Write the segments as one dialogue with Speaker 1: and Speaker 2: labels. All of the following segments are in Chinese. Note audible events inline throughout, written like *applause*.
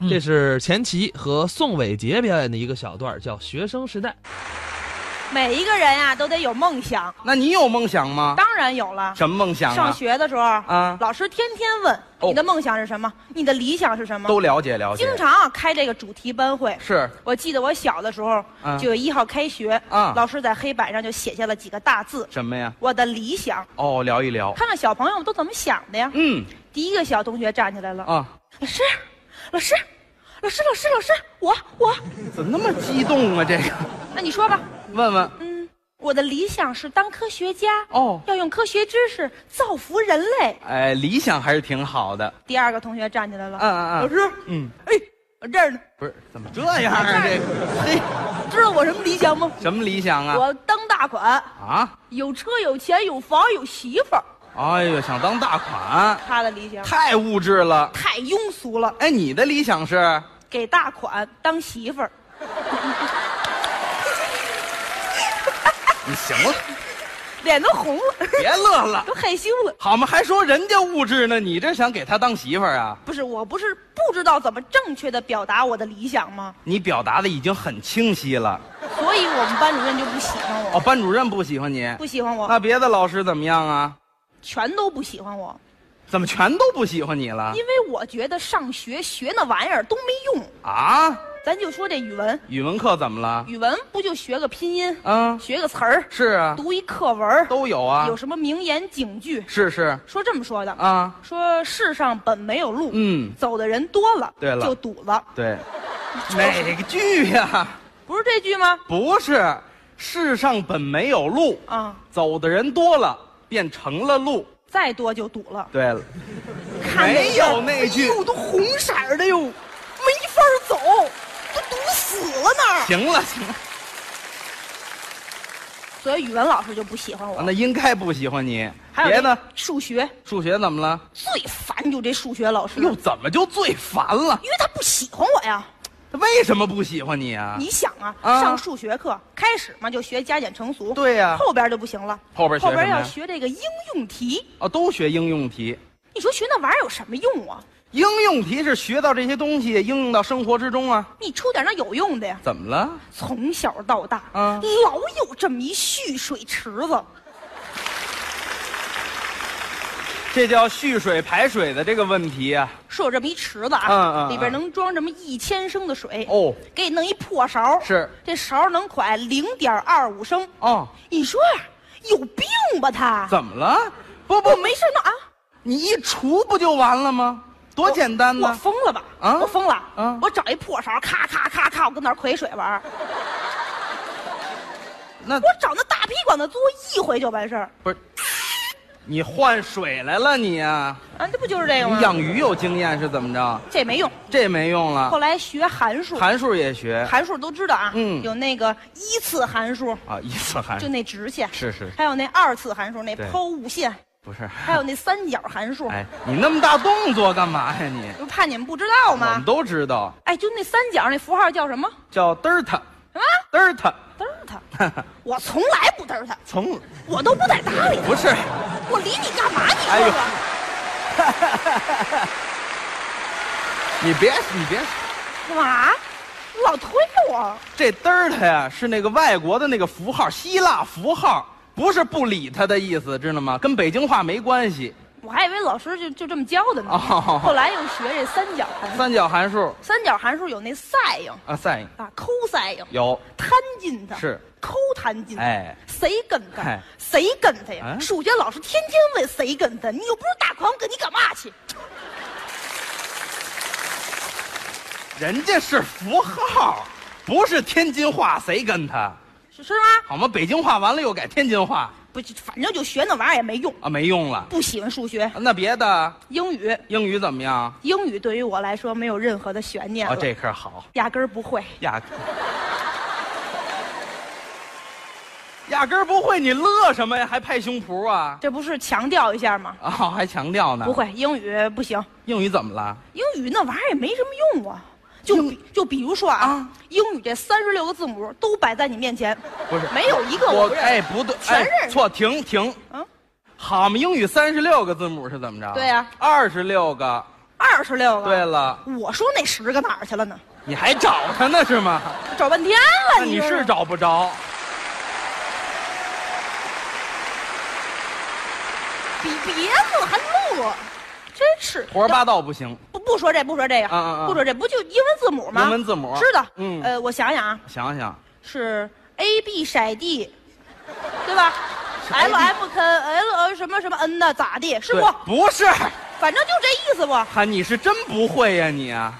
Speaker 1: 嗯
Speaker 2: 这是钱琦和宋伟杰表演的一个小段儿，叫《学生时代》。
Speaker 3: 每一个人呀、都得有梦想，
Speaker 1: 那你有梦想吗？
Speaker 3: 当然有了。
Speaker 1: 什么梦啊想
Speaker 3: 上
Speaker 1: 啊？
Speaker 3: 学的时候，
Speaker 1: 啊
Speaker 3: 老师天天问
Speaker 1: 哦
Speaker 3: 你的梦想是什么，你的理想是什么，
Speaker 1: 都了解了解。
Speaker 3: 经常啊开这个主题班会。
Speaker 1: 是
Speaker 3: 我记得我小的时候
Speaker 1: 嗯，
Speaker 3: 九月一号开学，
Speaker 1: 啊
Speaker 3: 老师在黑板上就写下了几个大字：
Speaker 1: 什么呀？
Speaker 3: 我的理想。
Speaker 1: 哦，聊一聊。
Speaker 3: 看看小朋友们都怎么想的呀？
Speaker 1: 嗯
Speaker 3: 第一个小同学站起来了，
Speaker 1: 啊，
Speaker 3: 老师，老师，老师，老师，老师，我我，
Speaker 1: 怎么那么激动啊？这个，
Speaker 3: 那你说吧，
Speaker 1: 问问
Speaker 3: 嗯，我的理想是当科学家，
Speaker 1: 哦。
Speaker 3: 要用科学知识造福人类。
Speaker 1: 哎，理想还是挺好的。
Speaker 3: 第二个同学站起来了，
Speaker 1: 嗯嗯嗯
Speaker 3: 老师，
Speaker 1: 嗯，
Speaker 3: 哎，我这儿呢，
Speaker 1: 不是怎么这样啊？这个，嘿，
Speaker 3: 知道我什么理想吗？
Speaker 1: 什么理想啊？
Speaker 3: 我当大款，
Speaker 1: 啊，
Speaker 3: 有车有钱有房有媳妇儿。
Speaker 1: 哎呦，想当大款，
Speaker 3: 他的理想
Speaker 1: 太物质了。
Speaker 3: 太庸俗了，
Speaker 1: 哎，你的理想是？
Speaker 3: 给大款当媳妇儿。
Speaker 1: 你行了，
Speaker 3: 脸都红了， *laughs*
Speaker 1: 别乐了，
Speaker 3: 都害羞了。
Speaker 1: 好嘛，还说人家物质呢，你这想给他当媳妇儿啊？
Speaker 3: 不是，我不是不知道怎么正确的表达我的理想吗？
Speaker 1: 你表达的已经很清晰了。
Speaker 3: 所以我们班主任就不喜欢我，
Speaker 1: 哦，啊班主任不喜欢你，
Speaker 3: 不喜欢我，
Speaker 1: 那别的老师怎么样啊？
Speaker 3: 全都不喜欢我，
Speaker 1: 怎么全都不喜欢你了？
Speaker 3: 因为我觉得上学学那玩意儿都没用。
Speaker 1: 啊，
Speaker 3: 咱就说这语文，
Speaker 1: 语文课怎么了？
Speaker 3: 语文不就学个拼音，
Speaker 1: 啊，
Speaker 3: 学个词儿，
Speaker 1: 是啊，
Speaker 3: 读一课文，
Speaker 1: 都有啊
Speaker 3: 有，什么名言警句？
Speaker 1: 是是
Speaker 3: 说这么说的，
Speaker 1: 啊，
Speaker 3: 说世上本没有路，
Speaker 1: 嗯
Speaker 3: 走的人多了，
Speaker 1: 对了
Speaker 3: 就堵了，
Speaker 1: 对，哪个句呀、
Speaker 3: 不是这句吗？
Speaker 1: 不是，世上本没有路，
Speaker 3: 啊，
Speaker 1: 走的人多了便成了路。
Speaker 3: 再多就堵了。
Speaker 1: 对了，
Speaker 3: 看着
Speaker 1: 没有那句
Speaker 3: 哎呦，都红色儿的哟，没法儿走，都堵死了那儿。
Speaker 1: 行了行了，
Speaker 3: 所以语文老师就不喜欢我。
Speaker 1: 啊那应该不喜欢你。
Speaker 3: 还有
Speaker 1: 别
Speaker 3: 这
Speaker 1: 的
Speaker 3: 数学
Speaker 1: 数学怎么了？
Speaker 3: 最烦就这数学老师，
Speaker 1: 又怎么就最烦了？
Speaker 3: 因为他不喜欢我呀。
Speaker 1: 他为什么不喜欢你啊？
Speaker 3: 你想啊，
Speaker 1: 啊
Speaker 3: 上数学课开始嘛就学加减乘除，
Speaker 1: 对呀
Speaker 3: 后边就不行了，
Speaker 1: 后边学
Speaker 3: 后边
Speaker 1: 什么
Speaker 3: 要
Speaker 1: 呀
Speaker 3: 学这个应用题。
Speaker 1: 啊，都学应用题。
Speaker 3: 你说学那玩意儿有什么用啊？
Speaker 1: 应用题是学到这些东西应用到生活之中啊。
Speaker 3: 你出点那有用的呀！
Speaker 1: 怎么了？
Speaker 3: 从小到大，
Speaker 1: 啊
Speaker 3: 老有这么一蓄水池子，
Speaker 1: 这叫蓄水排水的这个问题啊。
Speaker 3: 是有这么一池子啊，
Speaker 1: 嗯嗯嗯
Speaker 3: 里边能装这么一千升的水，
Speaker 1: 哦，
Speaker 3: 给你弄一破勺，
Speaker 1: 是
Speaker 3: 这勺能蒯零点二五升。
Speaker 1: 哦，
Speaker 3: 你说啊有病吧他？
Speaker 1: 怎么了？不不
Speaker 3: 我，没事儿弄啊，
Speaker 1: 你一除不就完了吗？多简单
Speaker 3: 我
Speaker 1: 呢！
Speaker 3: 疯了吧？
Speaker 1: 啊
Speaker 3: 我疯了！
Speaker 1: 啊
Speaker 3: 我找一破勺，咔咔咔咔，我跟那儿蒯水玩儿。
Speaker 1: 那
Speaker 3: 我找那大皮管子嘬一回就完事儿
Speaker 1: 不是你换水来了你啊？
Speaker 3: 啊，这不就是这个
Speaker 1: 你
Speaker 3: 吗？
Speaker 1: 养鱼有经验是怎么着？
Speaker 3: 这也没用。
Speaker 1: 这没用了
Speaker 3: 后，来学函数，
Speaker 1: 啊函数也学
Speaker 3: 函数都知道啊，
Speaker 1: 嗯
Speaker 3: 有那个一次函数，
Speaker 1: 啊，一次函
Speaker 3: 就那直线，
Speaker 1: 是是
Speaker 3: 还有那二次函数，那
Speaker 1: 对
Speaker 3: 抛物线，
Speaker 1: 不是？
Speaker 3: 还有那三角函数，
Speaker 1: 哎，你那么大动作干嘛呀你？
Speaker 3: 就怕你们不知道
Speaker 1: 我们
Speaker 3: 嘛。
Speaker 1: 都知道，
Speaker 3: 哎，就那三角那符号叫什么？
Speaker 1: 叫嘚儿他，
Speaker 3: 什
Speaker 1: 嘚儿他，
Speaker 3: 么？嘚儿他！ *laughs* 我从来不嘚儿他，
Speaker 1: *laughs* 从
Speaker 3: 我都不带搭理他，
Speaker 1: 不是，
Speaker 3: 我理你干嘛？你
Speaker 1: 哎
Speaker 3: 说
Speaker 1: 呦
Speaker 3: 说，
Speaker 1: 你别你别，
Speaker 3: 干嘛？老推我，
Speaker 1: 这嘚儿他呀是那个外国的那个符号，希腊符号，不是不理他的意思，知道吗？跟北京话没关系。
Speaker 3: 我还以为老师就就这么教的呢。
Speaker 1: 哦
Speaker 3: 后来又学这三角函数，
Speaker 1: 三角函数
Speaker 3: 三角函数有那 sin
Speaker 1: 啊，sin
Speaker 3: 啊，cos
Speaker 1: 有，
Speaker 3: 摊进它
Speaker 1: 是
Speaker 3: 抠摊进它，
Speaker 1: 哎
Speaker 3: 谁跟他
Speaker 1: 哎？
Speaker 3: 谁跟他呀？
Speaker 1: 啊
Speaker 3: 数学老师天天问谁跟他，你又不是大款，跟你干嘛去？
Speaker 1: 人家是符号，不是天津话，谁跟他？
Speaker 3: 是是吗？
Speaker 1: 好吗？北京话完了又改天津话
Speaker 3: 不，反正就学那玩意儿也没用，
Speaker 1: 啊，没用了。
Speaker 3: 不喜欢数学、
Speaker 1: 那别的
Speaker 3: 英语，
Speaker 1: 英语怎么样？
Speaker 3: 英语对于我来说没有任何的悬念
Speaker 1: 哦，
Speaker 3: 了，
Speaker 1: 这科好，
Speaker 3: 压根儿不会。
Speaker 1: 压 *laughs* 压根儿不会，你乐什么呀？还拍胸脯啊？
Speaker 3: 这不是强调一下吗？
Speaker 1: 啊、还强调呢？
Speaker 3: 不，会，英语不行，
Speaker 1: 英语怎么了？
Speaker 3: 英语那玩意儿也没什么用啊。就比就比如说啊，
Speaker 1: 啊
Speaker 3: 英语这三十六个字母都摆在你面
Speaker 1: *laughs*
Speaker 3: 前，
Speaker 1: 不是
Speaker 3: 没有一个我不认识。
Speaker 1: 哎，不对，
Speaker 3: 全认识
Speaker 1: 哎、错，停停。
Speaker 3: 嗯
Speaker 1: 好嘛，英语三十六个字母是怎么着？
Speaker 3: 对呀
Speaker 1: 二十六个
Speaker 3: 二十六个。
Speaker 1: 对了，
Speaker 3: 我说那十个哪儿去了呢？
Speaker 1: 你还找他呢是吗？
Speaker 3: 找半天
Speaker 1: 那
Speaker 3: 了，
Speaker 1: 你
Speaker 3: 这
Speaker 1: 是找不着。
Speaker 3: 比别子还乐，真是
Speaker 1: 胡说八道不行，
Speaker 3: 不不说这不说这个，
Speaker 1: 啊啊啊
Speaker 3: 不说这不就英文字母吗？
Speaker 1: 英文字母
Speaker 3: 是的，
Speaker 1: 嗯
Speaker 3: 呃，我想想啊，
Speaker 1: 想想，
Speaker 3: 是 A B 骰 D，对吧？L F K L 呃什么什么 N 的咋地？是不
Speaker 1: 对？不是，
Speaker 3: 反正就这意思不？
Speaker 1: 哈，你是真不会呀、你啊！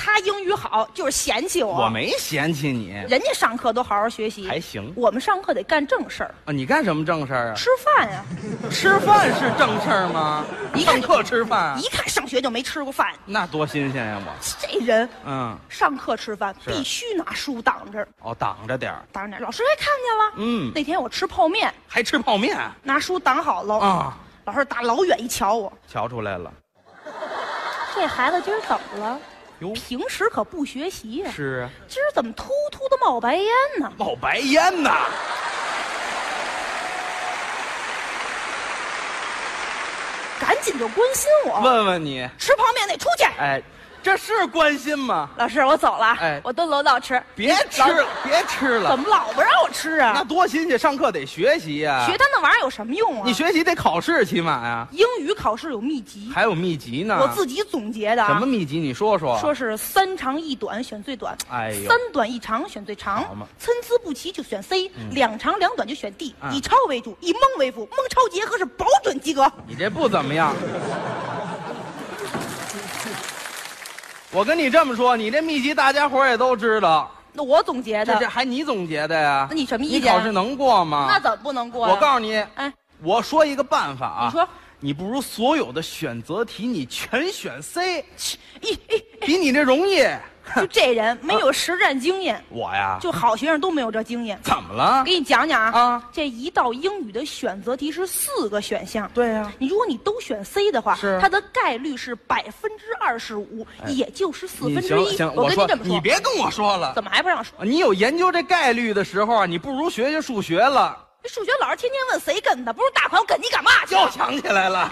Speaker 3: 他英语好就是嫌弃我，
Speaker 1: 我没嫌弃你
Speaker 3: 人家上课都好好学习，
Speaker 1: 还行
Speaker 3: 我们上课得干正事儿，
Speaker 1: 啊，你干什么正事儿啊？
Speaker 3: 吃饭呀、
Speaker 1: 吃饭是正事儿吗？
Speaker 3: 一看
Speaker 1: 上课吃饭啊，
Speaker 3: 一看上学就没吃过饭，
Speaker 1: 那多新鲜呀、我，
Speaker 3: 这人
Speaker 1: 嗯，
Speaker 3: 上课吃饭
Speaker 1: 是
Speaker 3: 必须拿书挡着，
Speaker 1: 哦，挡着点儿，
Speaker 3: 挡着。老师还看见了，
Speaker 1: 嗯
Speaker 3: 那天我吃泡面，
Speaker 1: 还吃泡面
Speaker 3: 拿书挡好了，
Speaker 1: 啊，
Speaker 3: 老师打老远一瞧我，
Speaker 1: 瞧出来了，
Speaker 3: 这孩子今儿怎么了？
Speaker 1: 哟，
Speaker 3: 平时可不学习呀、
Speaker 1: 是啊
Speaker 3: 今儿怎么突突的冒白烟呢？
Speaker 1: 冒白烟呐，
Speaker 3: 赶紧就关心我，
Speaker 1: 问问你，
Speaker 3: 吃泡面得出去。
Speaker 1: 哎，这是关心吗？
Speaker 3: 老师，我走了，
Speaker 1: 哎
Speaker 3: 我蹲楼道吃。
Speaker 1: 别吃
Speaker 3: 老，
Speaker 1: 别吃了
Speaker 3: *laughs* 怎，么老不让我吃
Speaker 1: 那
Speaker 3: 啊？
Speaker 1: 多新鲜！上课得学习呀、
Speaker 3: 学他那玩意儿有什么用啊？
Speaker 1: 你学习得考试，起码呀、
Speaker 3: 英语考试有秘籍，
Speaker 1: 还有秘籍呢。
Speaker 3: 我自己总结的啊。
Speaker 1: 什么秘籍？你说说。
Speaker 3: 说是三长一短选最短，
Speaker 1: 哎呦
Speaker 3: 三短一长选最长
Speaker 1: 好嘛，
Speaker 3: 参差不齐就选 C，、两长两短就选 D，、
Speaker 1: 嗯
Speaker 3: 以抄为主，以蒙为辅，蒙抄结合是保准及格。
Speaker 1: 你这不怎么样。我跟你这么说，你这秘籍大家伙儿也都知道，
Speaker 3: 那我总结
Speaker 1: 嗯这这
Speaker 3: 的，
Speaker 1: 还你总结的呀？
Speaker 3: 那你什么意
Speaker 1: 你
Speaker 3: 见啊
Speaker 1: 考试能过
Speaker 3: 那
Speaker 1: 吗？
Speaker 3: 怎么不能过、呀
Speaker 1: 我告诉你，
Speaker 3: 哎，
Speaker 1: 我说一个办法啊。
Speaker 3: 你说，
Speaker 1: 你不如所有的选择题你全选 C，
Speaker 3: 一一
Speaker 1: 比你这容易。
Speaker 3: 就这人没有实战经验，
Speaker 1: 我呀，
Speaker 3: 就好学生都没有这经验。
Speaker 1: 怎么了？
Speaker 3: 给你讲讲啊，
Speaker 1: 啊
Speaker 3: 这一道英语的选择题是四个选项。
Speaker 1: 对呀
Speaker 3: 你如果你都选 C 的话，
Speaker 1: 是哎
Speaker 3: 它的概率是百分之二十五，也就是四分
Speaker 1: 你
Speaker 3: 之
Speaker 1: 行
Speaker 3: 一。
Speaker 1: 行，
Speaker 3: 我跟
Speaker 1: 说
Speaker 3: 你这么说，
Speaker 1: 你别跟我说了。
Speaker 3: 怎么还不让说？
Speaker 1: 你有研究这概率的时候啊，你不如学学数学了，
Speaker 3: 哎这数学老师天天问谁跟的，不是大款我跟你干嘛去啊？
Speaker 1: 又想起来了。